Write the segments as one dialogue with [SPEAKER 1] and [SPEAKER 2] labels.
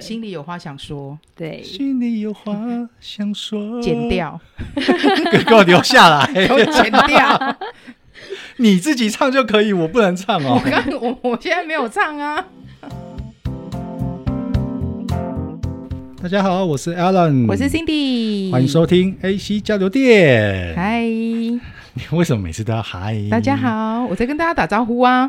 [SPEAKER 1] 心里有话想说，
[SPEAKER 2] 对，
[SPEAKER 3] 心里有话想说，
[SPEAKER 1] 剪，掉，
[SPEAKER 3] 给我留下来
[SPEAKER 1] 给，我剪掉。
[SPEAKER 3] 你自己唱就可以，我不能唱
[SPEAKER 1] 我
[SPEAKER 3] 哦。
[SPEAKER 1] 刚我我现在没有唱啊，
[SPEAKER 3] 大家好，我是 Alan，
[SPEAKER 1] 我是 Cindy，
[SPEAKER 3] 嗯欢迎收嗯听 AC 交流电。
[SPEAKER 1] 嗨，
[SPEAKER 3] 你为什么每次都要嗨？
[SPEAKER 1] 大家。好，我在跟大家打招呼啊。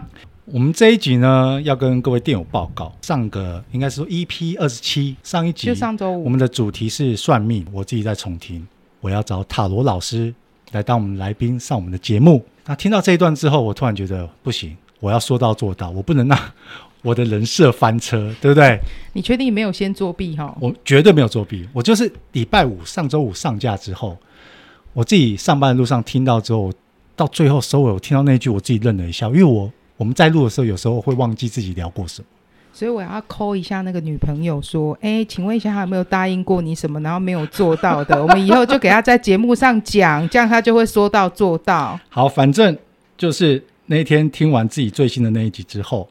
[SPEAKER 3] 我们这一集呢，要跟各位电友报告，上个应该是说 EP 二十七，上一集
[SPEAKER 1] 就上周
[SPEAKER 3] 我
[SPEAKER 1] 五，
[SPEAKER 3] 们的主题是算命，我自己在重听，我要找塔罗老师来当我们来宾上我们的节目。那听到这一段之后，我突然觉得不行，我要说到做到，我不能让我的人设翻车，对不对？
[SPEAKER 1] 你确定没有先作弊哈？
[SPEAKER 3] 我绝对没有作弊，我就是礼拜五上周五上架之后，我自己上班的路上听到之后，我到最后收尾，我听到那一句，我自己愣了一下，因为我我们在录的时候，有时候会忘记自己聊过什么。
[SPEAKER 1] 所以我要抠一下那个女朋友，说：“哎，请问一下，她有没有答应过你什么，然后没有做到 的？我们以后就给她在节目上讲，这样她就会说到做到。
[SPEAKER 3] 好，反正就是那一天听完自己最新的那一集之后，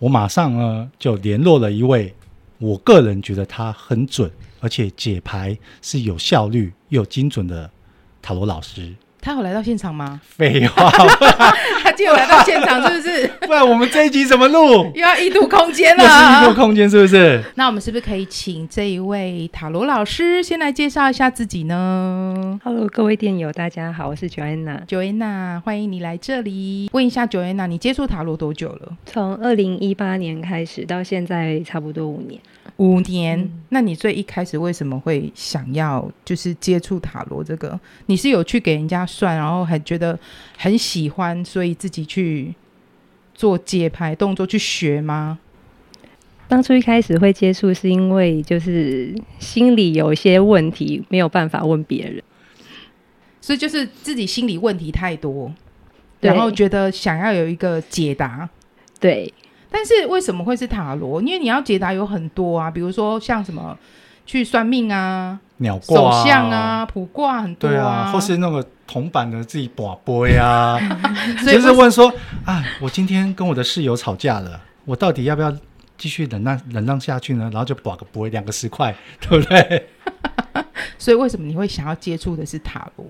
[SPEAKER 3] 我马上呢就联络了一位，我个人觉得他很准，而且解牌是有效率又有精准的塔罗老师。”
[SPEAKER 1] 她有来到现场 吗？
[SPEAKER 3] 废话，
[SPEAKER 1] 她竟然有来到现场，是不是
[SPEAKER 3] 不然我们这一集怎么录？
[SPEAKER 1] 又要异度空间
[SPEAKER 3] 又是一个
[SPEAKER 1] 了？
[SPEAKER 3] 空间，是不是？
[SPEAKER 1] 那我们是不是可以请这一位塔罗老师先来介绍一下自己呢
[SPEAKER 2] Hello，各位电友，大家好，我是 Joanna。
[SPEAKER 1] ？Joanna，欢迎你来这里。问一下 Joanna，你接触塔罗多久了？
[SPEAKER 2] 从二零一八年开始到现在，差不多五年。
[SPEAKER 1] 五年。
[SPEAKER 2] 嗯
[SPEAKER 1] 那你最一开始为什么会想要就是接触塔罗这个？你是有去给人家算，然后还觉得很喜欢，所以自己去做解牌动作去学吗？
[SPEAKER 2] 当初一开始会接触，是因为就是心里有一些问题没有办法问别人，
[SPEAKER 1] 所以就是自己心理问题太多，
[SPEAKER 2] 对
[SPEAKER 1] 然后觉得想要有一个解答。
[SPEAKER 2] 对，
[SPEAKER 1] 但是为什么会是塔罗？因为你要解答有很多啊，比如说像什么去算命啊、
[SPEAKER 3] 鸟
[SPEAKER 1] 手
[SPEAKER 3] 挂
[SPEAKER 1] 相，啊、卜卦很多
[SPEAKER 3] 对啊，或是那个铜板的自己啊把播呀，
[SPEAKER 1] 所以
[SPEAKER 3] 就是
[SPEAKER 1] 为
[SPEAKER 3] 问说，哎，我今天跟我的室友吵架了，我到底要不要继续忍让忍让下去呢？然后就把个不会两个十块，对不对？
[SPEAKER 1] 所以为什么你会想要接触的是塔罗？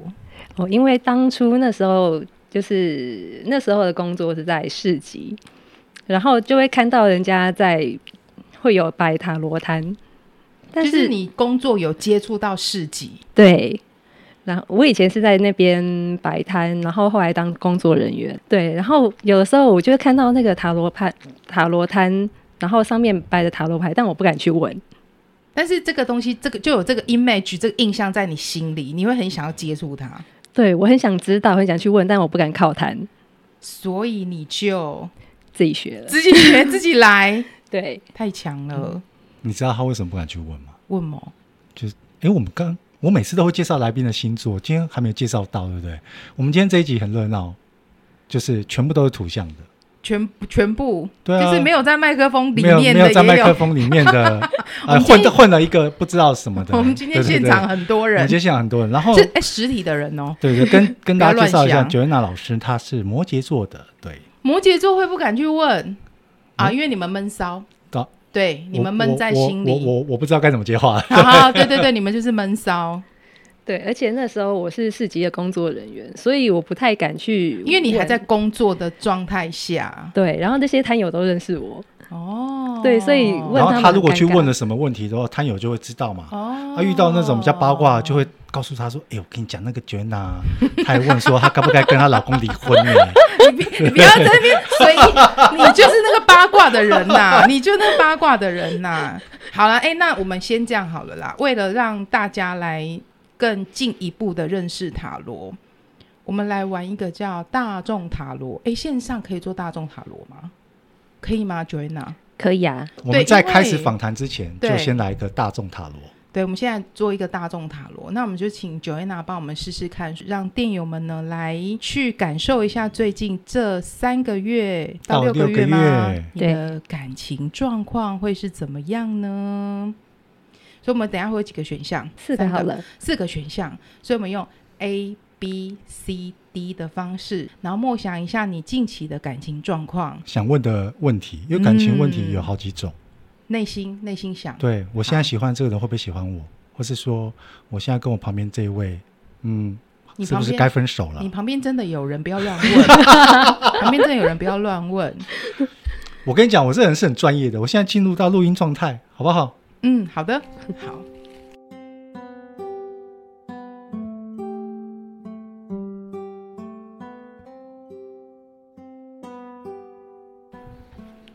[SPEAKER 2] 哦，因为当初那时候就是那时候的工作是在市集，然后就会看到人家在会有摆塔罗摊，但
[SPEAKER 1] 就是
[SPEAKER 2] 是
[SPEAKER 1] 你工作有接触到市集，
[SPEAKER 2] 对。然后我以前是在那边摆摊，然后后来当工作人员。对，然后有的时候我就会看到那个塔罗牌、塔罗摊，然后上面摆的塔罗牌，但我不敢去问。
[SPEAKER 1] 但是这个东西，这个就有这个 image，这个印象在你心里，你会很想要接触它，
[SPEAKER 2] 对我很想知道，很想去问，但我不敢靠摊，
[SPEAKER 1] 所以你就
[SPEAKER 2] 自己学了。
[SPEAKER 1] 自己学自己来，
[SPEAKER 2] 对，
[SPEAKER 1] 太强了。
[SPEAKER 3] 你知道他为什么不敢去问吗？
[SPEAKER 1] 问某
[SPEAKER 3] 诶，我们刚我每次都会介绍来宾的星座，今天还没有介绍到，对不对？我们今天这一集很热闹，就是全部都是图像的，
[SPEAKER 1] 全全部，
[SPEAKER 3] 对啊
[SPEAKER 1] 就是没有在麦克风里
[SPEAKER 3] 没有
[SPEAKER 1] 面
[SPEAKER 3] 没
[SPEAKER 1] 的
[SPEAKER 3] 有在麦
[SPEAKER 1] 也
[SPEAKER 3] 克
[SPEAKER 1] 有。
[SPEAKER 3] 风里面 的，
[SPEAKER 1] 我
[SPEAKER 3] 呃，
[SPEAKER 1] 们今
[SPEAKER 3] 混
[SPEAKER 1] 天
[SPEAKER 3] 混了一个不知道什么的。
[SPEAKER 1] 我们今天
[SPEAKER 3] 对对
[SPEAKER 1] 现
[SPEAKER 3] 对
[SPEAKER 1] 场很多
[SPEAKER 3] 我
[SPEAKER 1] 人
[SPEAKER 3] 们，今天现场很多人，然后
[SPEAKER 1] 是哎实体的人哦。
[SPEAKER 3] 对对，跟跟大
[SPEAKER 1] 不
[SPEAKER 3] 家
[SPEAKER 1] 要
[SPEAKER 3] 介绍一下，
[SPEAKER 1] 乱想
[SPEAKER 3] 九月娜老师她是摩羯座的，对，
[SPEAKER 1] 摩羯座会不敢去问啊，因为你们闷骚，
[SPEAKER 3] 到
[SPEAKER 1] 对，你
[SPEAKER 3] 我
[SPEAKER 1] 们闷在
[SPEAKER 3] 我
[SPEAKER 1] 心
[SPEAKER 3] 我我
[SPEAKER 1] 里。
[SPEAKER 3] 我我不知道该怎么接话 了。
[SPEAKER 1] 好好，对对对，你们就是闷骚，
[SPEAKER 2] 对，而且那时候我是市级的工作人员，所以我不太敢去，
[SPEAKER 1] 因为你还在。工作的状态下。
[SPEAKER 2] 对，然后那些摊友都认识我，
[SPEAKER 1] 哦，
[SPEAKER 2] 对所以问
[SPEAKER 3] 然后
[SPEAKER 2] 他
[SPEAKER 3] 他
[SPEAKER 2] 们
[SPEAKER 3] 如果
[SPEAKER 2] 很
[SPEAKER 3] 去
[SPEAKER 2] 尴尬
[SPEAKER 3] 问了什么问题的话，摊友就会知道嘛。
[SPEAKER 1] 哦，
[SPEAKER 3] 他啊遇到那种比较八卦，就会告诉他说：“哎、我跟你讲，那个娟 娜，她还问说她该不该跟她老公离婚 呢、
[SPEAKER 1] 你不要在那边随意，你就是那个八卦的人呐、你就那个八卦的人呐、好了，哎、那我们先这样好了啦。为了让大家来更进一步的认识塔罗，我们来玩一个叫大众塔罗。哎、线上可以做大众塔罗吗？可以吗，Joanna？
[SPEAKER 2] 可以啊，
[SPEAKER 3] 我们
[SPEAKER 1] 因
[SPEAKER 3] 在开
[SPEAKER 1] 为
[SPEAKER 3] 始访谈之前，就
[SPEAKER 1] 对
[SPEAKER 3] 先来一个大众塔罗。
[SPEAKER 1] 对，我们现在做一个大众塔罗，那我们就请 Joanna 帮我们试试看，让电友们呢来去感受一下最近这三个月到
[SPEAKER 3] 到
[SPEAKER 1] 六
[SPEAKER 3] 哦六个
[SPEAKER 1] 月吗？
[SPEAKER 3] 月
[SPEAKER 1] 你的感情状况会是怎么样呢？所以我们等一下会有几个选项，
[SPEAKER 2] 四个
[SPEAKER 1] 三
[SPEAKER 2] 好了，
[SPEAKER 1] 四个选项，所以我们用 A、B、C、D 的方式，然后默想一下你近期的感情状况。
[SPEAKER 3] 想问的问题，因为感情问题有
[SPEAKER 1] 嗯
[SPEAKER 3] 好几种，
[SPEAKER 1] 内心内心想，
[SPEAKER 3] 对我现在喜欢这个人会不会喜欢我，或是说我现在跟我旁边这一位，嗯，
[SPEAKER 1] 你
[SPEAKER 3] 是不
[SPEAKER 1] 旁
[SPEAKER 3] 是
[SPEAKER 1] 边
[SPEAKER 3] 该分手了
[SPEAKER 1] 你？旁边真的有人，不要乱问。 旁边真的有人，不要乱问。
[SPEAKER 3] 我跟你讲，我这人是很专业的，我现在进入到录音状态，好不好？
[SPEAKER 1] 嗯，好的，好。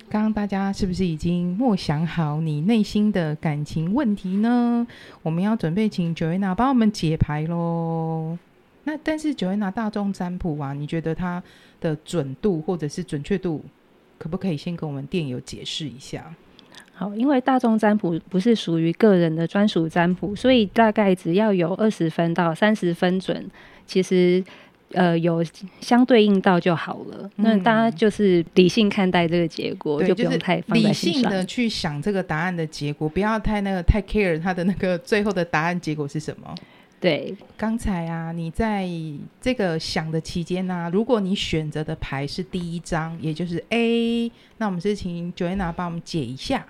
[SPEAKER 1] 刚刚大家是不是已经默想好你内心的感情问题呢？我们要准备请 Joanna 帮我们解牌喽。那但是 Joanna 大众占卜啊，你觉得它的准度或者是准确度，可不可以先跟我们店友解释一下？
[SPEAKER 2] 好，因为大众占卜不是属于个人的专属占卜，所以大概只要有二十分到三十分准，其实呃有相对应到就好了。那大家就是理性看待这个结果，
[SPEAKER 1] 嗯对，
[SPEAKER 2] 不用太
[SPEAKER 1] 就是
[SPEAKER 2] 放在
[SPEAKER 1] 理
[SPEAKER 2] 心
[SPEAKER 1] 性
[SPEAKER 2] 上。
[SPEAKER 1] 的去想这个答案的结果，不要太那个太 care 它的那个最后的答案结果是什么。
[SPEAKER 2] 对，
[SPEAKER 1] 刚才啊，你在这个想的期间呢、如果你选择的牌是第一张，也就是 A，那我们是请 Joanna 帮我们解一下。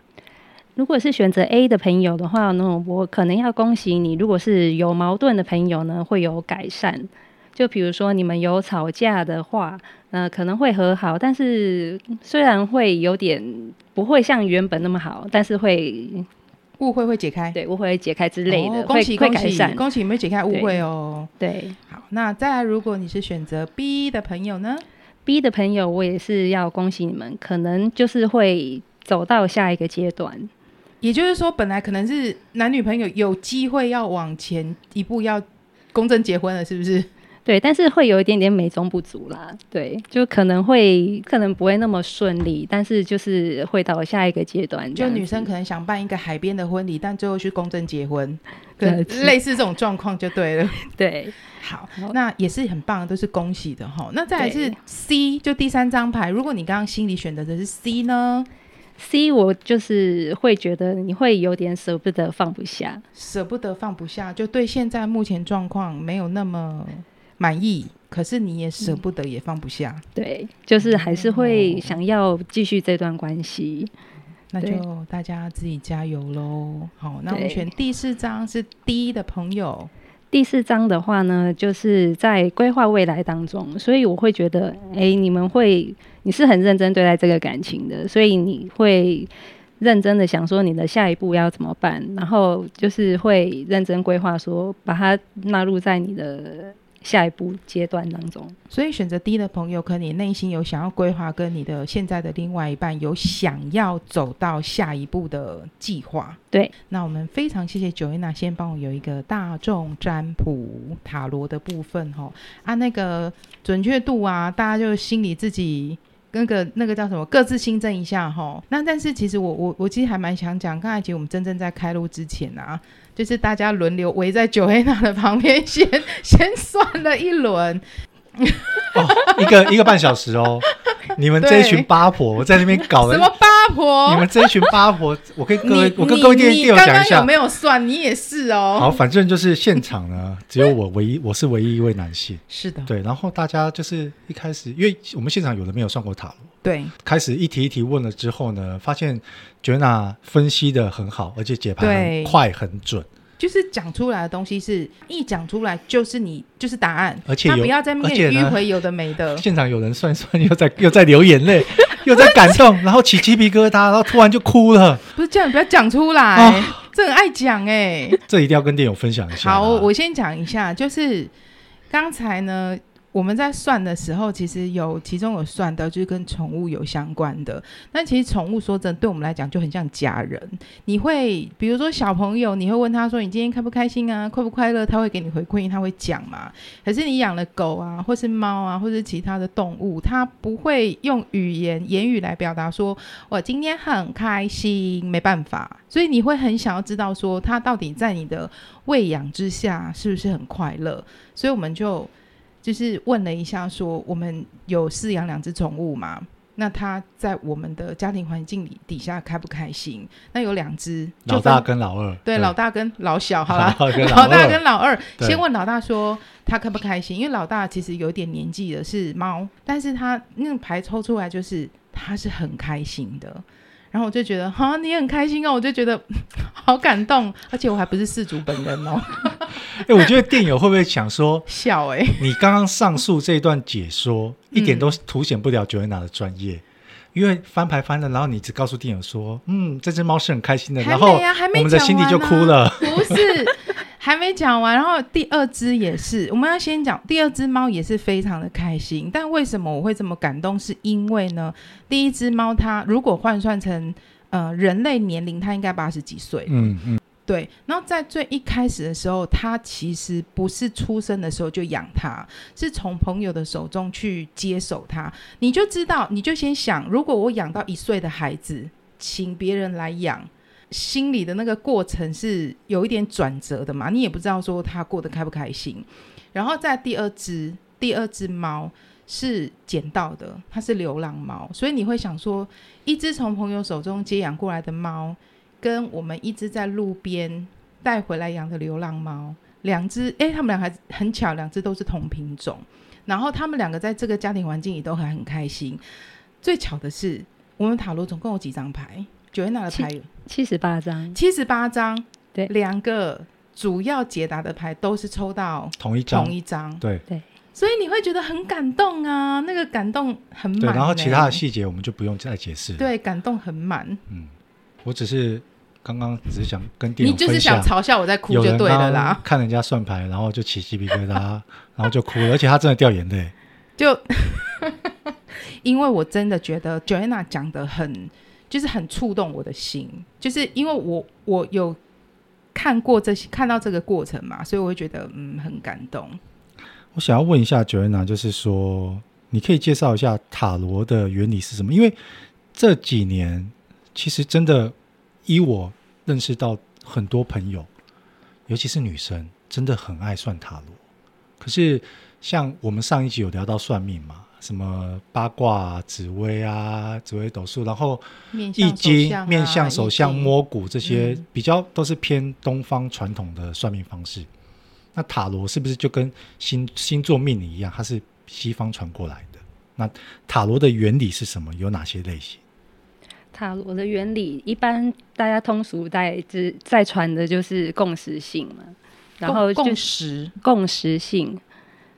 [SPEAKER 2] 如果是选择 A 的朋友的话呢，我可能要恭喜你；如果是有矛盾的朋友呢，会有改善。就比如说你们有吵架的话，呃，可能会和好，但是虽然会有点不会像原本那么好，但是会
[SPEAKER 1] 误会会解开，
[SPEAKER 2] 对，我会解开之类的，
[SPEAKER 1] 哦恭喜
[SPEAKER 2] 会
[SPEAKER 1] 恭
[SPEAKER 2] 会
[SPEAKER 1] 喜
[SPEAKER 2] 改善。
[SPEAKER 1] 恭喜，你们解开误会哦。
[SPEAKER 2] 对
[SPEAKER 1] 好，那再来，如果你是选择 B 的朋友呢？
[SPEAKER 2] B 的朋友，我也是要恭喜你们，可能就是会走到下一个阶段。
[SPEAKER 1] 也就是说，本来可能是男女朋友有机会要往前一步，要公证结婚了，是不是？
[SPEAKER 2] 对，但是会有一点点美中不足啦。对，就可能会可能不会那么顺利，但是就是会到下一个阶段这
[SPEAKER 1] 就
[SPEAKER 2] 样子。
[SPEAKER 1] 女生可能想办一个海边的婚礼，但最后去公证结婚，可
[SPEAKER 2] 对
[SPEAKER 1] 能
[SPEAKER 2] 是
[SPEAKER 1] 类似这种状况就对 了。
[SPEAKER 2] 对
[SPEAKER 1] 好
[SPEAKER 2] 好，
[SPEAKER 1] 那也是很棒，都是恭喜的哈。那再来是
[SPEAKER 2] 对
[SPEAKER 1] C，就第三张牌，如果你刚刚心里选择的是 C 呢，
[SPEAKER 2] C，我就是会觉得你会有点舍不得放不下。
[SPEAKER 1] 舍不得放不下，就对现在目前状况没有那么满意，可是你也
[SPEAKER 2] 嗯
[SPEAKER 1] 舍不得，也放不下，
[SPEAKER 2] 对，就是还是
[SPEAKER 1] 嗯
[SPEAKER 2] 会想要继续这段关系。
[SPEAKER 1] 那
[SPEAKER 2] 对
[SPEAKER 1] 就大家自己加油喽。好，那我们
[SPEAKER 2] 对
[SPEAKER 1] 选第四张是 D 的朋友，
[SPEAKER 2] 第四章的话呢，就是在规划未来当中，所以我会觉得，诶，你们会，你是很认真对待这个感情的，所以你会认真的想说你的下一步要怎么办，然后就是会认真规划说，把它纳入在你的下一步阶段当中。
[SPEAKER 1] 所以选择 D 的朋友，可能你内心有想要规划，跟你的现在的另外一半有想要走到下一步的计划。
[SPEAKER 2] 对，
[SPEAKER 1] 那我们非常谢谢 Joanna 先帮我有一个大众占卜塔罗的部分哈、啊，那个准确度啊，大家就心里自己。那个那个叫什么？各自新增一下哈。那但是其实我我我其实还蛮想讲，刚才其实我们真正在开录之前啊，就是大家轮流围在 Joanna 的旁边先先算了一轮，
[SPEAKER 3] 哦，一个一个半小时 哦，你们这一群八婆，我在那边搞
[SPEAKER 1] 什
[SPEAKER 3] 了
[SPEAKER 1] 么八婆？
[SPEAKER 3] 你们这一群八婆，我跟各位
[SPEAKER 1] 你，
[SPEAKER 3] 我跟
[SPEAKER 1] 你
[SPEAKER 3] 各位店
[SPEAKER 1] 你
[SPEAKER 3] 店友
[SPEAKER 1] 刚
[SPEAKER 3] 讲一
[SPEAKER 1] 刚有
[SPEAKER 3] 下
[SPEAKER 1] 没。有算？你也是
[SPEAKER 3] 好，
[SPEAKER 1] 哦。
[SPEAKER 3] 反正就是现场呢，只有我唯一，我是唯一一位男性。
[SPEAKER 1] 是的，
[SPEAKER 3] 对，然后大家就是一开始，因为我们现场有人没有算过塔罗，
[SPEAKER 1] 对
[SPEAKER 3] 开始一题一题问了之后呢，发现 Joanna 分析的很好，而且解牌
[SPEAKER 1] 对
[SPEAKER 3] 很快很准，
[SPEAKER 1] 就是讲出来的东西是一讲出来就是你就是答案，
[SPEAKER 3] 而且
[SPEAKER 1] 他
[SPEAKER 3] 有
[SPEAKER 1] 不要在面
[SPEAKER 3] 而且呢
[SPEAKER 1] 迂回有的没的。
[SPEAKER 3] 现场有人算一算，又在又在流眼泪，又在感 动，然后起鸡皮疙瘩，然后突然就哭了。
[SPEAKER 1] 不是叫你不要讲出来
[SPEAKER 3] 哦，
[SPEAKER 1] 这很爱讲哎。
[SPEAKER 3] 这一定要跟店友分享一下啦。
[SPEAKER 1] 好，我先讲一下，就是刚才呢，我们在算的时候，其实有其中有算到就是跟宠物有相关的。但其实宠物说真的，对我们来讲就很像家人。你会比如说小朋友，你会问他说你今天开不开心啊，快不快乐，他会给你回馈，他会讲嘛。可是你养了狗啊，或是猫啊，或是其他的动物，它不会用语言言语来表达说我今天很开心，没办法。所以你会很想要知道说它到底在你的喂养之下是不是很快乐？所以我们就就是问了一下说，我们有饲养两只宠物嘛？那它在我们的家庭环境里底下开不开心？那有两只，就
[SPEAKER 3] 老大
[SPEAKER 1] 分
[SPEAKER 3] 跟老二，
[SPEAKER 1] 对老大跟老小，好 啦，
[SPEAKER 3] 大跟
[SPEAKER 1] 老大
[SPEAKER 3] 二
[SPEAKER 1] 跟老二，
[SPEAKER 3] 对
[SPEAKER 1] 先问老大说他开不开心，因为老大其实有点年纪了，是猫，但是他那个牌抽出来就是他是很开心的。然后我就觉得哈，你很开心哦，我就觉得好感动，而且我还不是事主本人哦，
[SPEAKER 3] 哎、我觉得电友会不会想说，
[SPEAKER 1] 笑哎、
[SPEAKER 3] 你刚刚上述这一段解说，
[SPEAKER 1] 嗯
[SPEAKER 3] 一点都凸显不了 Joanna 的专业，因为翻牌翻了，然后你只告诉店友说，嗯，这只猫是很开心的，
[SPEAKER 1] 还
[SPEAKER 3] 然后
[SPEAKER 1] 没啊，还没
[SPEAKER 3] 我们的
[SPEAKER 1] 讲
[SPEAKER 3] 心里
[SPEAKER 1] 完
[SPEAKER 3] 就
[SPEAKER 1] 啊
[SPEAKER 3] 哭了。
[SPEAKER 1] 不是，还没讲完。然后第二只也是，我们要先讲第二只猫也是非常的开心。但为什么我会这么感动？是因为呢，第一只猫它如果换算成呃人类年龄，它应该八十几岁。
[SPEAKER 3] 嗯嗯
[SPEAKER 1] 对，然后在最一开始的时候，它其实不是出生的时候就养它，是从朋友的手中去接手它。你就知道，你就先想，如果我养到一岁的孩子，请别人来养，心里的那个过程是有一点转折的嘛，你也不知道说它过得开不开心。然后在第二只，第二只猫是捡到的，它是流浪猫，所以你会想说，一只从朋友手中接养过来的猫。跟我们一只在路边带回来养的流浪猫，两只，诶，他们俩还很巧，两只都是同品种，然后他们两个在这个家庭环境里都还很开心。最巧的是，我们塔罗总共有几张牌？九月娜的牌有
[SPEAKER 2] 七十八张，
[SPEAKER 1] 七十八张，
[SPEAKER 2] 对
[SPEAKER 1] 两个主要解答的牌都是抽到
[SPEAKER 3] 同一张
[SPEAKER 1] 同，一张，
[SPEAKER 3] 对
[SPEAKER 1] 所以你会觉得很感动啊，那个感动很满
[SPEAKER 3] 对，
[SPEAKER 1] 呢、
[SPEAKER 3] 然后其他的细节我们就不用再解释。，
[SPEAKER 1] 对感动很满，
[SPEAKER 3] 我只是刚刚只是想跟店
[SPEAKER 1] 你
[SPEAKER 3] 友
[SPEAKER 1] 就是
[SPEAKER 3] 分
[SPEAKER 1] 想
[SPEAKER 3] 享。
[SPEAKER 1] 嘲笑我在哭
[SPEAKER 3] 有
[SPEAKER 1] 就
[SPEAKER 3] 人
[SPEAKER 1] 对了
[SPEAKER 3] 刚
[SPEAKER 1] 啦
[SPEAKER 3] 刚。看人家算牌，然后就起鸡皮疙瘩，然后就哭了，而且他真的掉眼泪。
[SPEAKER 1] 就因为我真的觉得 Joanna 讲的很，就是很触动我的心，就是因为我我有看过这些，看到这个过程嘛，所以我会觉得嗯很感动。
[SPEAKER 3] 我想要问一下 Joanna，就是说，你可以介绍一下塔罗的原理是什么？因为这几年其实真的，依我认识到很多朋友，尤其是女生，真的很爱算塔罗。可是像我们上一集有聊到算命嘛，什么八卦、啊、紫微啊、紫微斗数，然后
[SPEAKER 1] 面向
[SPEAKER 3] 易经、
[SPEAKER 1] 手相啊
[SPEAKER 3] 面相、手相、
[SPEAKER 1] 易经
[SPEAKER 3] 摸骨这些
[SPEAKER 1] 嗯
[SPEAKER 3] 比较都是偏东方传统的算命方式。那塔罗是不是就跟星星座命理一样，它是西方传过来的？那塔罗的原理是什么？有哪些类型？
[SPEAKER 2] 塔罗的原理，一般大家通俗在之在传的就是共识性嘛，然后
[SPEAKER 1] 共
[SPEAKER 2] 就
[SPEAKER 1] 共
[SPEAKER 2] 是
[SPEAKER 1] 识
[SPEAKER 2] 共识性，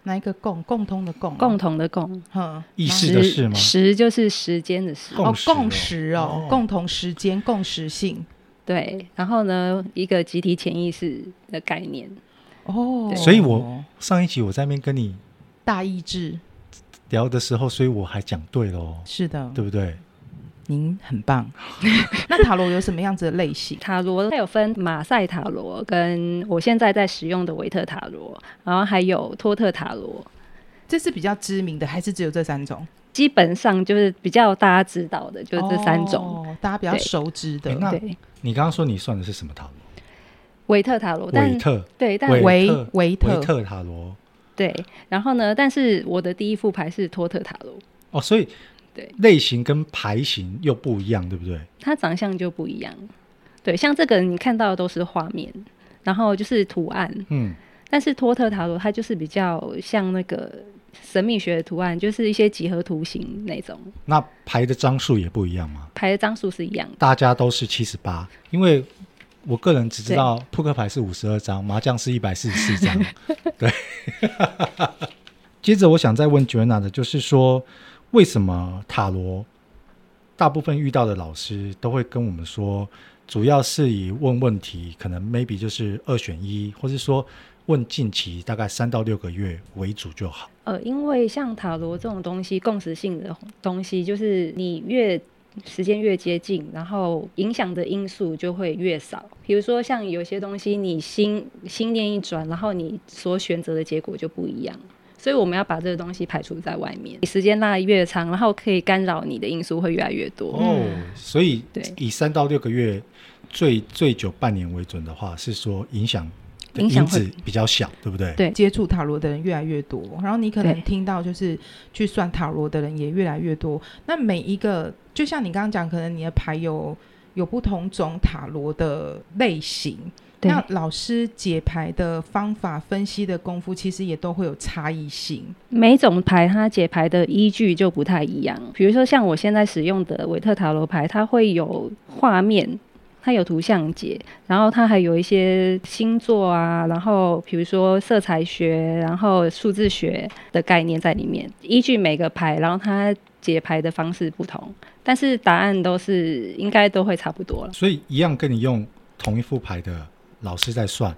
[SPEAKER 1] 哪一个共共通的共啊
[SPEAKER 2] 共同的共，
[SPEAKER 1] 嗯
[SPEAKER 3] 意识是
[SPEAKER 2] 时
[SPEAKER 3] 的是吗
[SPEAKER 2] 时就是时间的时，
[SPEAKER 1] 哦
[SPEAKER 3] 共识哦
[SPEAKER 1] 共识哦
[SPEAKER 3] 哦
[SPEAKER 1] 共同时间共识性
[SPEAKER 2] 对，然后呢，一个集体潜意识的概念，
[SPEAKER 1] 哦，
[SPEAKER 3] 所以我上一集我在那边跟你
[SPEAKER 1] 大意志
[SPEAKER 3] 聊的时候，所以我还讲对喽，
[SPEAKER 1] 是的，
[SPEAKER 3] 对不对？
[SPEAKER 1] 您很棒。 那塔罗有什么样子的类型？
[SPEAKER 2] 塔罗它有分马赛塔罗，跟我现在在使用的维特塔罗，然后还有托特塔罗，
[SPEAKER 1] 这是比较知名的，还是只有这三种？
[SPEAKER 2] 基本上就是比较大家知道的，就是这三种。
[SPEAKER 1] 哦、大家比较
[SPEAKER 2] 对
[SPEAKER 1] 熟知
[SPEAKER 3] 诶
[SPEAKER 1] 的。
[SPEAKER 3] 那
[SPEAKER 2] 对，
[SPEAKER 3] 你刚刚说你算的是什么塔罗？
[SPEAKER 2] 维特塔罗，但
[SPEAKER 3] 维特、
[SPEAKER 2] 对，但
[SPEAKER 3] 维
[SPEAKER 1] 维
[SPEAKER 3] 特
[SPEAKER 1] 维
[SPEAKER 3] 维
[SPEAKER 1] 特，
[SPEAKER 3] 特塔罗
[SPEAKER 2] 对，然后呢，但是我的第一副牌是托特塔罗，
[SPEAKER 3] 哦，所以
[SPEAKER 2] 对
[SPEAKER 3] 类型跟牌型又不一样，对不对？
[SPEAKER 2] 它长相就不一样。对，像这个你看到的都是画面，然后就是图案，
[SPEAKER 3] 嗯，
[SPEAKER 2] 但是托特塔罗它就是比较像那个神秘学的图案，就是一些几何图形那种，
[SPEAKER 3] 那牌的张数也不一样吗？
[SPEAKER 2] 牌的张数是一样的。
[SPEAKER 3] 大家都是七十八，因为我个人只知道扑克牌是五十二张，麻将是一百四十四张。对。接着我想再问 Joanna 的，就是说为什么塔罗大部分遇到的老师都会跟我们说，主要是以问问题，可能 maybe 就是二选一，或是说问近期大概三到六个月为主就好。
[SPEAKER 2] 呃，因为像塔罗这种东西，共识性的东西，就是你越时间越接近，然后影响的因素就会越少。比如说，像有些东西，你心心念一转，然后你所选择的结果就不一样。所以我们要把这个东西排除在外面。你时间拉得越长，然后可以干扰你的因素会越来越多。
[SPEAKER 3] 哦，所以
[SPEAKER 2] 对
[SPEAKER 3] 以三到六个月最最久半年为准的话，是说影响的
[SPEAKER 2] 影
[SPEAKER 3] 因
[SPEAKER 2] 响会
[SPEAKER 3] 子比较小，对不对？
[SPEAKER 2] 对
[SPEAKER 1] 接触塔罗的人越来越多，然后你可能
[SPEAKER 2] 对
[SPEAKER 1] 听到就是去算塔罗的人也越来越多。那每一个，就像你刚刚讲，可能你的牌有有不同种塔罗的类型，
[SPEAKER 2] 对
[SPEAKER 1] 那老师解牌的方法、分析的功夫，其实也都会有差异性。
[SPEAKER 2] 每种牌它解牌的依据就不太一样。比如说像我现在使用的韦特塔罗牌，它会有画面，它有图像解，然后它还有一些星座啊，然后比如说色彩学，然后数字学的概念在里面。依据每个牌，然后它解牌的方式不同，但是答案都是应该都会差不多了。
[SPEAKER 3] 所以一样跟你用同一副牌的老师在算，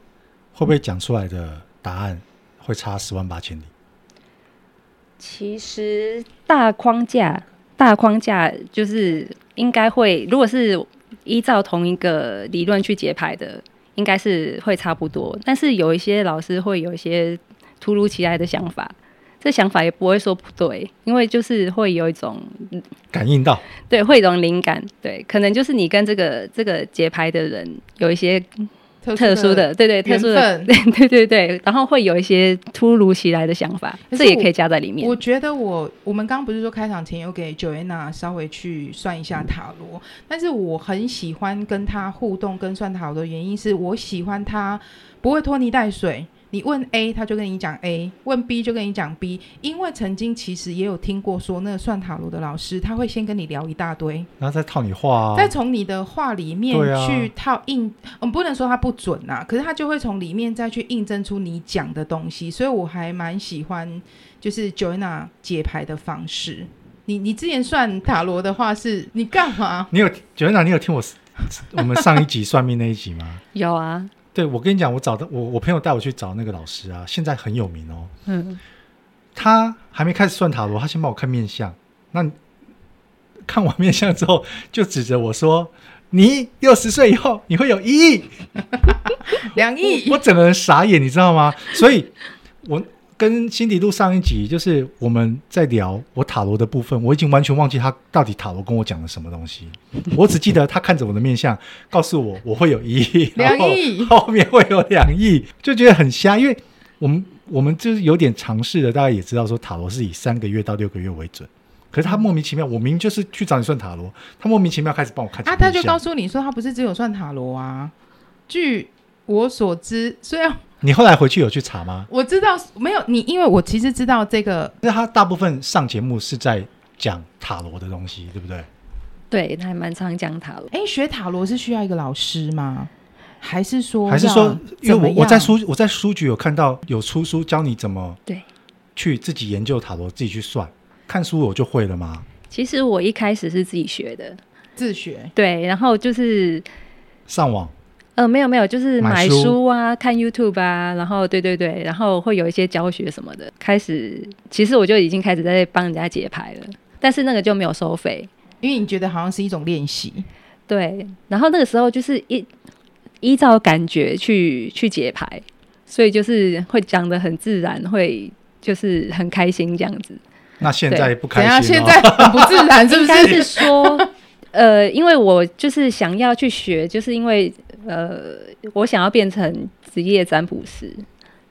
[SPEAKER 3] 会不会讲出来的答案会差十万八千里？
[SPEAKER 2] 其实大框架，大框架就是应该会，如果是依照同一个理论去解牌的，应该是会差不多。但是有一些老师会有一些突如其来的想法，这想法也不会说不对，因为就是会有一种
[SPEAKER 3] 感应到
[SPEAKER 2] 对，会有一种灵感，对，可能就是你跟这个这个解牌的人有一些
[SPEAKER 1] 特
[SPEAKER 2] 特殊
[SPEAKER 1] 殊
[SPEAKER 2] 的，对对，特
[SPEAKER 1] 缘
[SPEAKER 2] 殊的，
[SPEAKER 1] 分
[SPEAKER 2] 对 对对对，然后会有一些突如其来的想法，
[SPEAKER 1] 可
[SPEAKER 2] 这
[SPEAKER 1] 是
[SPEAKER 2] 也
[SPEAKER 1] 我
[SPEAKER 2] 可以加在里面
[SPEAKER 1] 我。觉得我我们刚刚不是说开场前有给 Joanna 稍微去算一下塔罗，但是我很喜欢跟他互动跟算塔罗的原因是我喜欢他不会拖泥带水。你问 A，他就跟你讲 A；问 B 就跟你讲 B。因为曾经其实也有听过说，那个算塔罗的老师他会先跟你聊一大堆，
[SPEAKER 3] 然后再套你话啊，
[SPEAKER 1] 再从你的话里面
[SPEAKER 3] 对啊
[SPEAKER 1] 去套印，嗯，不能说它不准呐、可是它就会从里面再去印证出你讲的东西，所以我还蛮喜欢就是 Joanna 解牌的方式。你你之前算塔罗的话是，你干 嘛？
[SPEAKER 3] 你有九院长，你有听我 我们上一集算命那一集吗？
[SPEAKER 2] 有啊，
[SPEAKER 3] 对，我跟你讲，我找的我我朋友带我去找那个老师啊，现在很有名哦。
[SPEAKER 2] 嗯，
[SPEAKER 3] 他还没开始算塔罗，他先帮我看面相。那看完面相之后，就指着我说：“你六十岁以后你会有一亿。
[SPEAKER 1] 两亿
[SPEAKER 3] 我”我整个人傻眼，你知道吗？所以，我跟辛迪路上一集就是我们在聊我塔罗的部分，我已经完全忘记他到底塔罗跟我讲了什么东西。我只记得他看着我的面相，告诉我我会有一亿，
[SPEAKER 1] 两
[SPEAKER 3] 然后
[SPEAKER 1] 亿
[SPEAKER 3] 后面会有两亿，就觉得很瞎，因为我们我们就是有点尝试的，大家也知道说塔罗是以三个月到六个月为准，可是他莫名其妙，我明明就是去找你算塔罗，他莫名其妙开始帮我看
[SPEAKER 1] 啊！他就告
[SPEAKER 3] 诉
[SPEAKER 1] 诉你说，他不是只有算塔罗啊。据我所知，虽然
[SPEAKER 3] 你后来回去有去查吗？
[SPEAKER 1] 我知道没有你，因为我其实知道这个
[SPEAKER 3] 那他大部分上节目是在讲塔罗的东西，对不对？
[SPEAKER 2] 对，他还蛮常讲塔罗。
[SPEAKER 1] 哎，学塔罗是需要一个老师吗？还是说
[SPEAKER 3] 还是说，因
[SPEAKER 1] 要怎么
[SPEAKER 3] 为我
[SPEAKER 1] 样
[SPEAKER 3] 我在书我在书局有看到有出书教你怎么
[SPEAKER 2] 对
[SPEAKER 3] 去自己研究塔罗，自己去算，看书我就会了吗？
[SPEAKER 2] 其实我一开始是自己学的，
[SPEAKER 1] 自学？
[SPEAKER 2] 对，然后就是
[SPEAKER 3] 上网
[SPEAKER 2] 呃，没有没有，就是
[SPEAKER 3] 买
[SPEAKER 2] 买
[SPEAKER 3] 书
[SPEAKER 2] 书啊，看 YouTube 啊，然后对对对，然后会有一些教学什么的。开始其实我就已经开始在帮人家解牌了，但是那个就没有收费。
[SPEAKER 1] 因为你觉得好像是一种练习，
[SPEAKER 2] 对，然后那个时候就是依依照感觉去去解牌，所以就是会讲的很自然，会就是很开心这样子。
[SPEAKER 3] 那现在不开
[SPEAKER 1] 等
[SPEAKER 3] 心、
[SPEAKER 1] 下现
[SPEAKER 3] 哦，
[SPEAKER 1] 在很不自然，是不
[SPEAKER 2] 应该
[SPEAKER 1] 是？
[SPEAKER 2] 是说，呃，因为我就是想要去学，就是因为呃，我想要变成职业占卜师，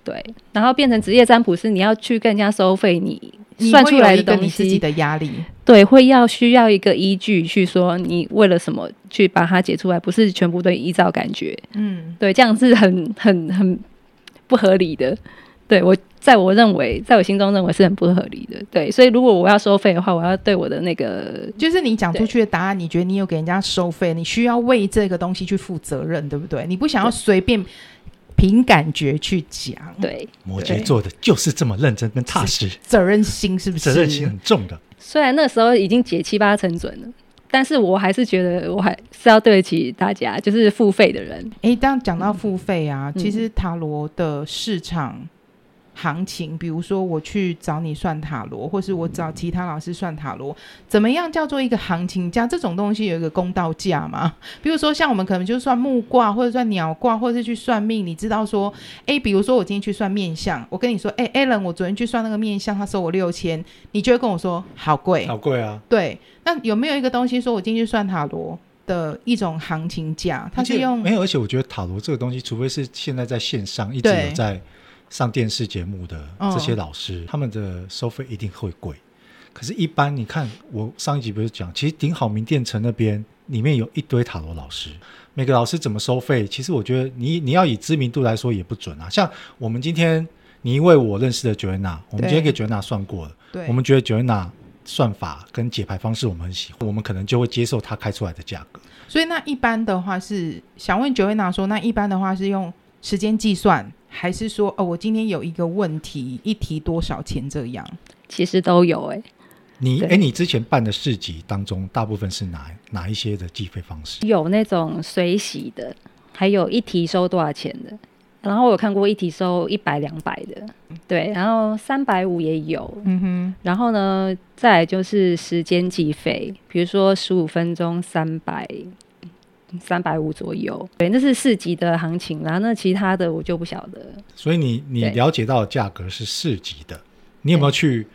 [SPEAKER 2] 对，然后变成职业占卜师，你要去跟人家收费，你
[SPEAKER 1] 你
[SPEAKER 2] 算
[SPEAKER 1] 会
[SPEAKER 2] 出
[SPEAKER 1] 有
[SPEAKER 2] 来
[SPEAKER 1] 一个
[SPEAKER 2] 东
[SPEAKER 1] 你自己
[SPEAKER 2] 西，
[SPEAKER 1] 的压力，
[SPEAKER 2] 对，会要需要一个依据去说你为了什么去把它解出来，不是全部都依照感觉，
[SPEAKER 1] 嗯，
[SPEAKER 2] 对，这样是很很很不合理的。对我，在我认为，在我心中认为是很不合理的。对，所以如果我要收费的话，我要对我的那个
[SPEAKER 1] 就是你讲出去的答案，你觉得你有给人家收费，你需要为这个东西去负责任，对不对？你不想要随便凭感觉去讲，
[SPEAKER 2] 对
[SPEAKER 3] 摩羯座的就是这么认真跟踏实，
[SPEAKER 1] 责任心是不是？
[SPEAKER 3] 责任心很重的。
[SPEAKER 2] 虽然那时候已经解七八成准了，但是我还是觉得我还是要对得起大家，就是付费的人。
[SPEAKER 1] 诶，当讲到付费啊，
[SPEAKER 2] 嗯
[SPEAKER 1] 其实塔罗的市场行情，比如说我去找你算塔罗，或是我找其他老师算塔罗，怎么样叫做一个行情价？这种东西有一个公道价吗？ 比如说像我们可能就算木卦，或者算鸟卦，或者是去算命，你知道说，诶，比如说我今天去算面相，我跟你说，诶 a l a n 我昨天去算那个面相，他收我六千，你就会跟我说好贵，
[SPEAKER 3] 好贵啊！
[SPEAKER 1] 对。那有没有一个东西说我今天去算塔罗？的一种行情价，它
[SPEAKER 3] 而
[SPEAKER 1] 是
[SPEAKER 3] 且
[SPEAKER 1] 用
[SPEAKER 3] 没有，而且我觉得塔罗这个东西，除非是现在在线上一直
[SPEAKER 1] 对
[SPEAKER 3] 有在上电视节目的
[SPEAKER 1] 嗯
[SPEAKER 3] 这些老师，他们的收费一定会贵。可是，一般你看，我上一集不是讲，其实顶好名店城那边里面有一堆塔罗老师，每个老师怎么收费？其实我觉得你你要以知名度来说也不准啊。像我们今天你因为我认识的 Joanna，我们今天给 Joanna 算过了，
[SPEAKER 1] 对
[SPEAKER 3] 我们觉得 Joanna 算法跟解牌方式我们很喜欢，我们可能就会接受她开出来的价格。
[SPEAKER 1] 所以那一般的话是想问九位娜说，那一般的话是用时间计算，还是说哦，我今天有一个问题，一题多少钱这样？
[SPEAKER 2] 其实都有哎、
[SPEAKER 3] 你
[SPEAKER 2] 对
[SPEAKER 3] 哎，你之前办的市集当中，大部分是哪哪一些的计费方式？
[SPEAKER 2] 有那种随喜的，还有一提收多少钱的。然后我有看过一提收一百、两百的，对，然后三百五也有。
[SPEAKER 1] 嗯哼，
[SPEAKER 2] 然后呢，再来就是时间计费，比如说十五分钟三百。三百五左右，对，那是四级的行情啦。那其他的我就不晓得。
[SPEAKER 3] 所以你你
[SPEAKER 2] 对
[SPEAKER 3] 了解到的价格是市级的，你有没有去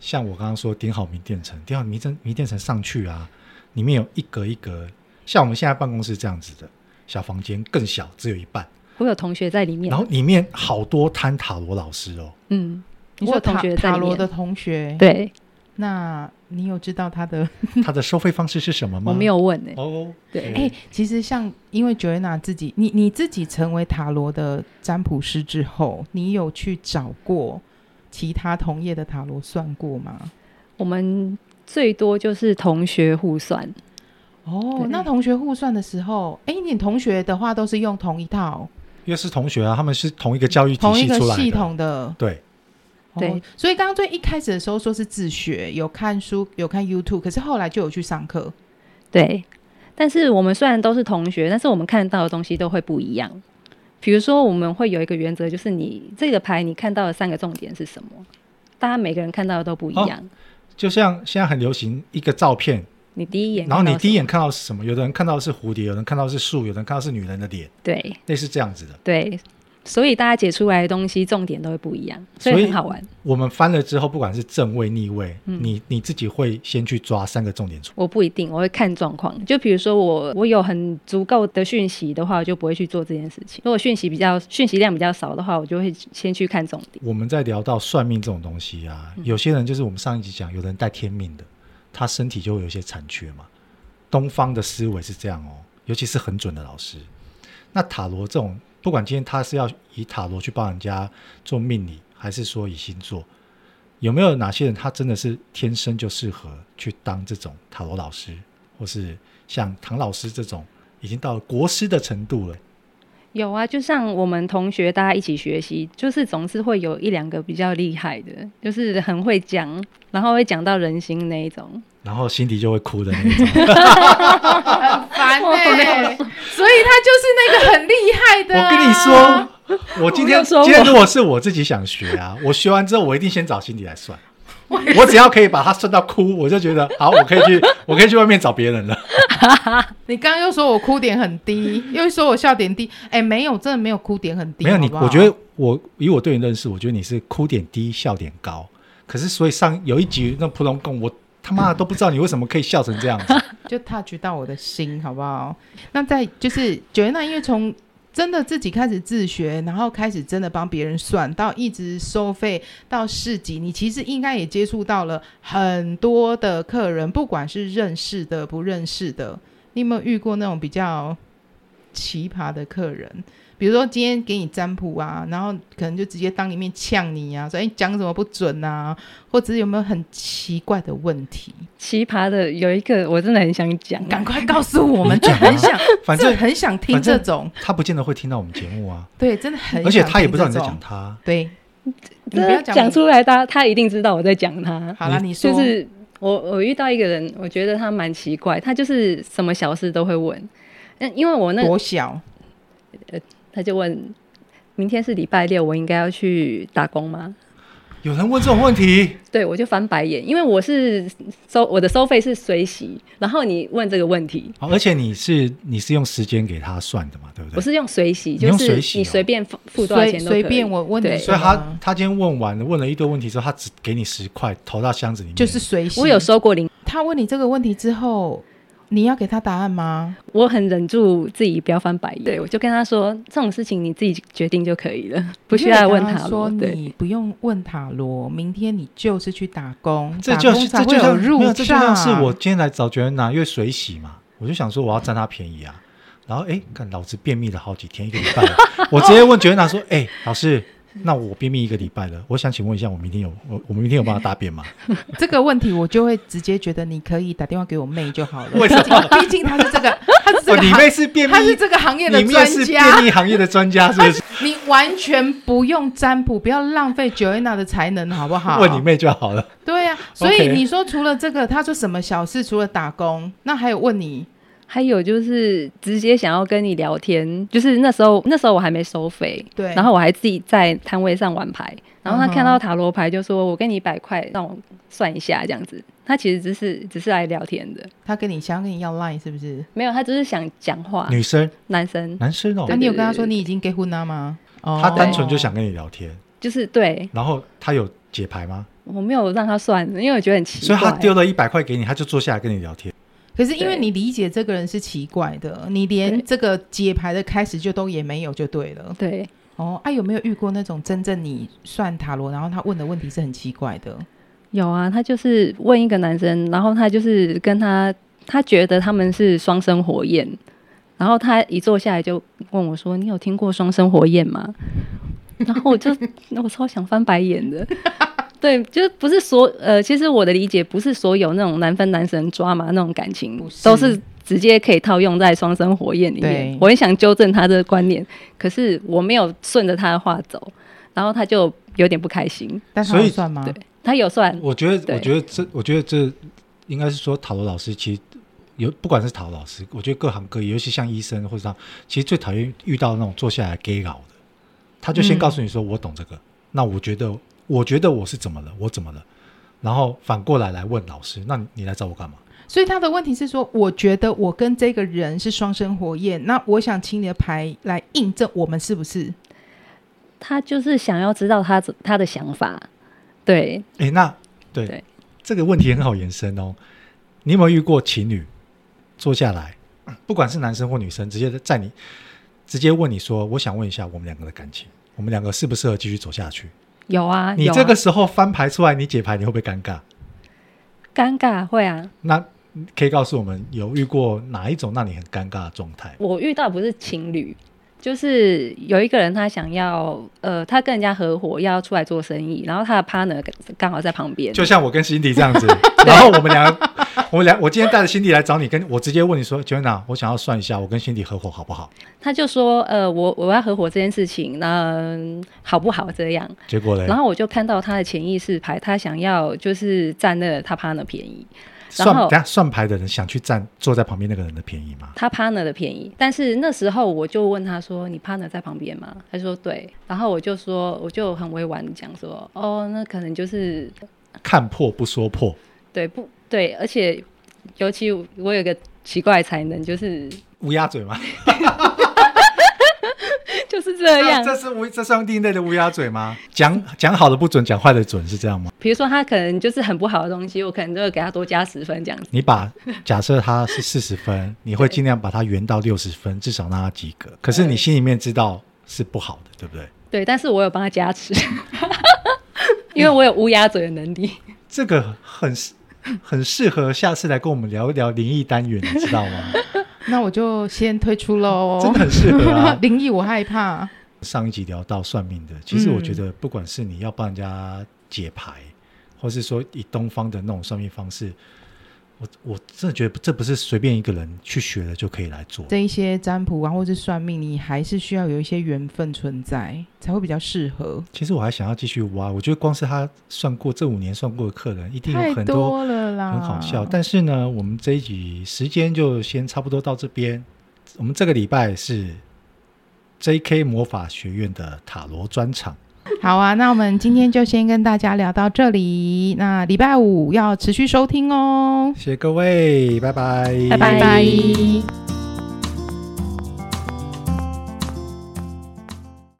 [SPEAKER 3] 像我刚刚说顶好名店城，顶好名店名店城上去啊，里面有一格一格，像我们现在办公室这样子的小房间更小，只有一半，
[SPEAKER 2] 我有同学在里面
[SPEAKER 3] 然，后里面好多摊塔罗老师哦，
[SPEAKER 2] 嗯，
[SPEAKER 1] 我
[SPEAKER 2] 你说
[SPEAKER 1] 有
[SPEAKER 2] 同
[SPEAKER 1] 塔
[SPEAKER 2] 学在
[SPEAKER 1] 塔
[SPEAKER 2] 里
[SPEAKER 1] 罗
[SPEAKER 2] 面
[SPEAKER 1] 的，同学，，
[SPEAKER 2] 对，
[SPEAKER 1] 那你有知道他的？
[SPEAKER 3] 他的收费方式是什么 吗？
[SPEAKER 2] 我没有问呢、欸
[SPEAKER 3] 哦，
[SPEAKER 2] 对
[SPEAKER 1] 哎、其实像因为 Joanna 自己，你你自己成为塔罗的占卜师之后，你有去找过其他同业的塔罗算过吗？
[SPEAKER 2] 我们最多就是同学互算，
[SPEAKER 1] 哦
[SPEAKER 2] 对，
[SPEAKER 1] 那同学互算的时候，哎、你同学的话都是用同一套、
[SPEAKER 3] 因为是同学啊，他们是同一个教育体
[SPEAKER 1] 同一
[SPEAKER 3] 系
[SPEAKER 1] 个
[SPEAKER 3] 出来的，
[SPEAKER 1] 系统的
[SPEAKER 3] 对，
[SPEAKER 2] 对
[SPEAKER 1] 哦，所以刚刚最一开始的时候说是自学，有看书，有看 YouTube，可是后来就有去上课。
[SPEAKER 2] 对。但是我们虽然都是同学，但是我们看到的东西都会不一样。比如说，我们会有一个原则，就是你这个牌你看到的三个重点是什么？大家每个人看到的都不一
[SPEAKER 3] 哦
[SPEAKER 2] 样。
[SPEAKER 3] 就像现在很流行一个照片，
[SPEAKER 2] 你第一眼，
[SPEAKER 3] 然后你第一
[SPEAKER 2] 眼，
[SPEAKER 3] 眼看到是什么？有的人看到的是蝴蝶，有的人看到的是树，有的人看到的是女人的脸，
[SPEAKER 2] 对
[SPEAKER 3] 类似这样子的。
[SPEAKER 2] 对，所以大家解出来的东西重点都会不一样，所
[SPEAKER 3] 所以
[SPEAKER 2] 以很好玩。
[SPEAKER 3] 我们翻了之后，不管是正位、逆位，你你自己会先去抓三个重点出。
[SPEAKER 2] 我不一定，我会看状况。就比如说我我有很足够的讯息的话，我就不会去做这件事情。如果讯息比较讯息量比较少的话，我就会先去看重点。
[SPEAKER 3] 我们在聊到算命这种东西啊，有些人就是我们上一集讲，有人带天命的，他身体就会有一些残缺嘛。东方的思维是这样哦，尤其是很准的老师。那塔罗这种，不管今天他是要以塔罗去帮人家做命理，还是说以星座，有没有哪些人他真的是天生就适合去当这种塔罗老师，或是像唐老师这种已经到了国师的程度了？
[SPEAKER 2] 有啊，就像我们同学大家一起学习，就是总是会有一两个比较厉害的，就是很会讲，然后会讲到人心那一种。
[SPEAKER 3] 然后心底就会哭的那种。
[SPEAKER 1] 很烦
[SPEAKER 2] 我没
[SPEAKER 1] 欸 所以他就是那个很厉害的、 啊
[SPEAKER 3] 我跟你，说，我今天
[SPEAKER 2] 我没有说我
[SPEAKER 3] 今天如果是我自己想学啊， 我学完之后我一定先找心理来算。我只要可以把它算到哭，我就觉得好，我可以去，我可以去外面找别人了。
[SPEAKER 1] 你刚刚又说我哭点很低，又说我笑点低，哎、没有，真的没有哭点很低。
[SPEAKER 3] 没有你，
[SPEAKER 1] 好不好
[SPEAKER 3] 我觉得我以我对你认识，我觉得你是哭点低，笑点高。可是所以上有一集那扑通共，我他妈的都不知道你为什么可以笑成这样子。
[SPEAKER 1] 就 touch 到我的心，好不好？那在就是九月娜，因为从真的自己开始自学，然后开始真的帮别人算，到一直收费到市集，你其实应该也接触到了很多的客人，不管是认识的不认识的，你有没有遇过那种比较奇葩的客人？比如说今天给你占卜啊，然后可能就直接当你面呛你啊，说哎讲什么不准啊，或者是有没有很奇怪的问题？
[SPEAKER 2] 奇葩的有一个，我真的很想讲，
[SPEAKER 1] 赶快告诉我们，
[SPEAKER 3] 你讲啊
[SPEAKER 1] 很想，
[SPEAKER 3] 反
[SPEAKER 1] 这
[SPEAKER 3] 正
[SPEAKER 1] 很想听
[SPEAKER 3] 反正
[SPEAKER 1] 这种，
[SPEAKER 3] 他不见得会听到我们节目啊，
[SPEAKER 1] 对，真的很想听这种，
[SPEAKER 3] 而且他也不知道你在讲他。
[SPEAKER 1] 对，你不要
[SPEAKER 2] 这讲
[SPEAKER 1] 你
[SPEAKER 2] 出来，他他一定知道我在讲他。
[SPEAKER 1] 好了，
[SPEAKER 3] 嗯
[SPEAKER 1] 你说，
[SPEAKER 2] 就是我我遇到一个人，我觉得他蛮奇怪，他就是什么小事都会问。嗯，因为我那个
[SPEAKER 1] 多小，
[SPEAKER 2] 他就问：“明天是礼拜六，我应该要去打工吗
[SPEAKER 3] 有人问这种问题，？”
[SPEAKER 2] 对，我就翻白眼，因为我是收我的收费是随喜，然后你问这个问题，
[SPEAKER 3] 好哦而且你是你是用时间给他算的嘛，对不对？
[SPEAKER 2] 我是用随喜，
[SPEAKER 3] 你用
[SPEAKER 2] 就
[SPEAKER 3] 随
[SPEAKER 2] 是
[SPEAKER 3] 喜哦
[SPEAKER 2] 你随便付付多少
[SPEAKER 1] 随
[SPEAKER 2] 钱都可以
[SPEAKER 1] 随便我问你
[SPEAKER 2] 对
[SPEAKER 1] 什
[SPEAKER 3] 所
[SPEAKER 1] 么，
[SPEAKER 3] 以他他今天问完问了一堆问题之后，他只给你十块，投到箱子里面。
[SPEAKER 1] 就是随性。
[SPEAKER 2] 我有收过零，
[SPEAKER 1] 他问你这个问题之后，你要给他答案吗？
[SPEAKER 2] 我很忍住自己不要翻白眼，对我就跟他说这种事情你自己决定就可以了，不需要问
[SPEAKER 1] 你就给
[SPEAKER 2] 他
[SPEAKER 1] 他
[SPEAKER 2] 了
[SPEAKER 1] 说。
[SPEAKER 2] 对，
[SPEAKER 1] 你不用问塔罗，明天你就是去打工，
[SPEAKER 3] 这
[SPEAKER 1] 打
[SPEAKER 3] 就
[SPEAKER 1] 工
[SPEAKER 3] 是
[SPEAKER 1] 才
[SPEAKER 3] 这
[SPEAKER 1] 会
[SPEAKER 3] 就
[SPEAKER 1] 有
[SPEAKER 3] 像没
[SPEAKER 1] 入
[SPEAKER 3] 有，这就像
[SPEAKER 1] 账。
[SPEAKER 3] 是我今天来找觉得哪因为水洗嘛，我我就想说我要占他便宜啊。然后哎，看老子便秘了好几天，一个礼拜 了我直接问九月娜说：“哎，老师，那我便秘一个礼拜了，我想请问一下，我明天有我我们明天有办法大 便吗？”
[SPEAKER 1] 这个问题，我就会直接觉得你可以打电话给我妹就好了。
[SPEAKER 3] 为什么
[SPEAKER 1] 毕竟毕竟她是这个，她是这
[SPEAKER 3] 哦，
[SPEAKER 1] 个
[SPEAKER 3] 你
[SPEAKER 1] 行，
[SPEAKER 3] 妹是便秘，
[SPEAKER 1] 她是这个行业的
[SPEAKER 3] 你妹
[SPEAKER 1] 专
[SPEAKER 3] 是
[SPEAKER 1] 家
[SPEAKER 3] 便。秘行业的专家，是不是？
[SPEAKER 1] 你完全不用占卜，不要浪费 Joanna 的才能，好不 好？
[SPEAKER 3] 问你妹就好了。
[SPEAKER 1] 对呀、所以
[SPEAKER 3] OK
[SPEAKER 1] 你说除了这个，他说什么小事？除了打工，那还有问你
[SPEAKER 2] 还有就是直接想要跟你聊天，就是那时候那时候我还没收费，
[SPEAKER 1] 对
[SPEAKER 2] 然后我还自己在摊位上玩牌，然后
[SPEAKER 1] 嗯
[SPEAKER 2] 他
[SPEAKER 1] 哼
[SPEAKER 2] 看到塔罗牌就说：“我给你一百块，让我算一下这样子。”他其实只是只是来聊天的，
[SPEAKER 1] 他跟你想跟你要 line 是不是？
[SPEAKER 2] 没有，他只是想讲话。
[SPEAKER 3] 女生、
[SPEAKER 2] 男生
[SPEAKER 3] 男生哦
[SPEAKER 1] 那、
[SPEAKER 3] 呃
[SPEAKER 2] 对，
[SPEAKER 1] 啊你有跟他说你已经结婚了吗？哦
[SPEAKER 3] 他单纯就想跟你聊天，
[SPEAKER 2] 就是对
[SPEAKER 3] 然后他有解牌吗？
[SPEAKER 2] 我没有让他算，因为我觉得很奇
[SPEAKER 3] 所
[SPEAKER 2] 怪。
[SPEAKER 3] 以他丢了一百块给你，他就坐下来跟你聊天。
[SPEAKER 1] 可是因为
[SPEAKER 2] 对
[SPEAKER 1] 你理解这个人是奇怪的，你连
[SPEAKER 2] 对
[SPEAKER 1] 这个解牌的开始就都也没有，就对了。
[SPEAKER 2] 对，
[SPEAKER 1] 哦，啊，有没有遇过那种真正你算塔罗，然后他问的问题是很奇怪的？
[SPEAKER 2] 有啊，他就是问一个男生，然后他就是跟他，他觉得他们是双生火焰，然后他一坐下来就问我说：“你有听过双生火焰吗？” 然后我就我超想翻白眼 的。对，就是不是所呃，其实我的理解不是所有那种男分男神抓马那种感情
[SPEAKER 1] 不，是
[SPEAKER 2] 都是直接可以套用在双生火焰里面
[SPEAKER 1] 对。
[SPEAKER 2] 我很想纠正他的观念，可是我没有顺着他的话走，然后他就有点不开心。
[SPEAKER 1] 但他
[SPEAKER 3] 所以
[SPEAKER 1] 有算吗？
[SPEAKER 2] 对他有算，
[SPEAKER 3] 我觉得，
[SPEAKER 2] 对
[SPEAKER 3] 我觉得这，我觉得这应该是说，塔罗老师其实有，不管是塔罗老师，我觉得各行各业，尤其像医生或者他，其实最讨厌遇到那种坐下来 gay 佬的，他就先
[SPEAKER 1] 嗯
[SPEAKER 3] 告诉你说、我懂这个，那我觉得，我觉得我是怎么了，我怎么了，然后反过来来问老师，那你你来找我干嘛？
[SPEAKER 1] 所以他的问题是说，我觉得我跟这个人是双生火焰，那我想请你的牌来印证我们是不是？
[SPEAKER 2] 他就是想要知道他怎他的想法，对，
[SPEAKER 3] 诶，那对
[SPEAKER 2] 对
[SPEAKER 3] 这个问题很好延伸哦。你有没有遇过情侣坐下来，不管是男生或女生，直接在你直接问你说：“我想问一下我们两个的感情，我们两个适不适合继续走下去
[SPEAKER 2] 有啊，？”
[SPEAKER 3] 你
[SPEAKER 2] 有啊
[SPEAKER 3] 这个时候翻牌出来，你解牌，你会不会尴尬？
[SPEAKER 2] 尴尬会啊，
[SPEAKER 3] 那可以告诉我们有遇过哪一种让你很尴尬的状态？
[SPEAKER 2] 我遇到不是情侣，就是有一个人他想要呃，他跟人家合伙要出来做生意，然后他的 partner 刚刚好在旁边，
[SPEAKER 3] 就像我跟辛迪这样 子，然后我们俩，我们俩，我今天带着辛迪来找你，跟我直接问你说 j o a n a 我想要算一下，我跟辛迪合伙好不好？
[SPEAKER 2] 他就说呃，我我要合伙这件事情，那、嗯好不好这样？
[SPEAKER 3] 结果嘞
[SPEAKER 2] 然，后我就看到他的潜意识牌，他想要就是占那个他 partner 便宜，然
[SPEAKER 3] 算
[SPEAKER 2] 后
[SPEAKER 3] 等下算牌的人想去占坐在旁边那个人的便宜吗？
[SPEAKER 2] 他 partner 的便宜，但是那时候我就问他说：“你 partner 在旁边吗？”他说：“对。”然后我就说，我就很委婉的讲说：“哦，那可能就是
[SPEAKER 3] 看破不说破，
[SPEAKER 2] 对不对？而且尤其我有一个奇怪的才能，就是
[SPEAKER 3] 乌鸦嘴吗？
[SPEAKER 2] 就是这样。
[SPEAKER 3] 啊这是乌这算另类的乌鸦嘴吗？讲讲好的不准，讲坏的准是这样吗？
[SPEAKER 2] 比如说他可能就是很不好的东西，我可能就会给他多加十分这样子。
[SPEAKER 3] 你把假设他是四十 分，你会尽量把它圆到六十分，至少让他及格。可是你心里面知道是不好的，对不对？
[SPEAKER 2] 对，但是我有帮他加持， 因为我有乌鸦嘴的能力。
[SPEAKER 3] 这个很适很适合下次来跟我们聊一聊灵异单元，你知道吗？
[SPEAKER 1] 那我就先退出喽。。
[SPEAKER 2] 哦
[SPEAKER 3] 真的很适合啊
[SPEAKER 1] 灵异我害怕，
[SPEAKER 3] 上一集聊到算命的，其实我
[SPEAKER 1] 嗯
[SPEAKER 3] 觉得不管是你要帮人家解牌，或是说以东方的那种算命方式，我我真的觉得这不是随便一个人去学了就可以来做。
[SPEAKER 1] 这一些占卜啊，或是算命，你还是需要有一些缘分存在，才会比较适合。
[SPEAKER 3] 其实我还想要继续挖，我觉得光是他算过这五年算过的客人，一定
[SPEAKER 1] 太
[SPEAKER 3] 有很多
[SPEAKER 1] 多了啦，
[SPEAKER 3] 很好笑。但是呢，我们这一集时间就先差不多到这边。我们这个礼拜是 J.K. 魔法学院的塔罗专场。
[SPEAKER 1] 好啊，那我们今天就先跟大家聊到这里。那礼拜五要持续收听哦，
[SPEAKER 3] 谢谢各位，拜拜，
[SPEAKER 2] 拜
[SPEAKER 1] 拜拜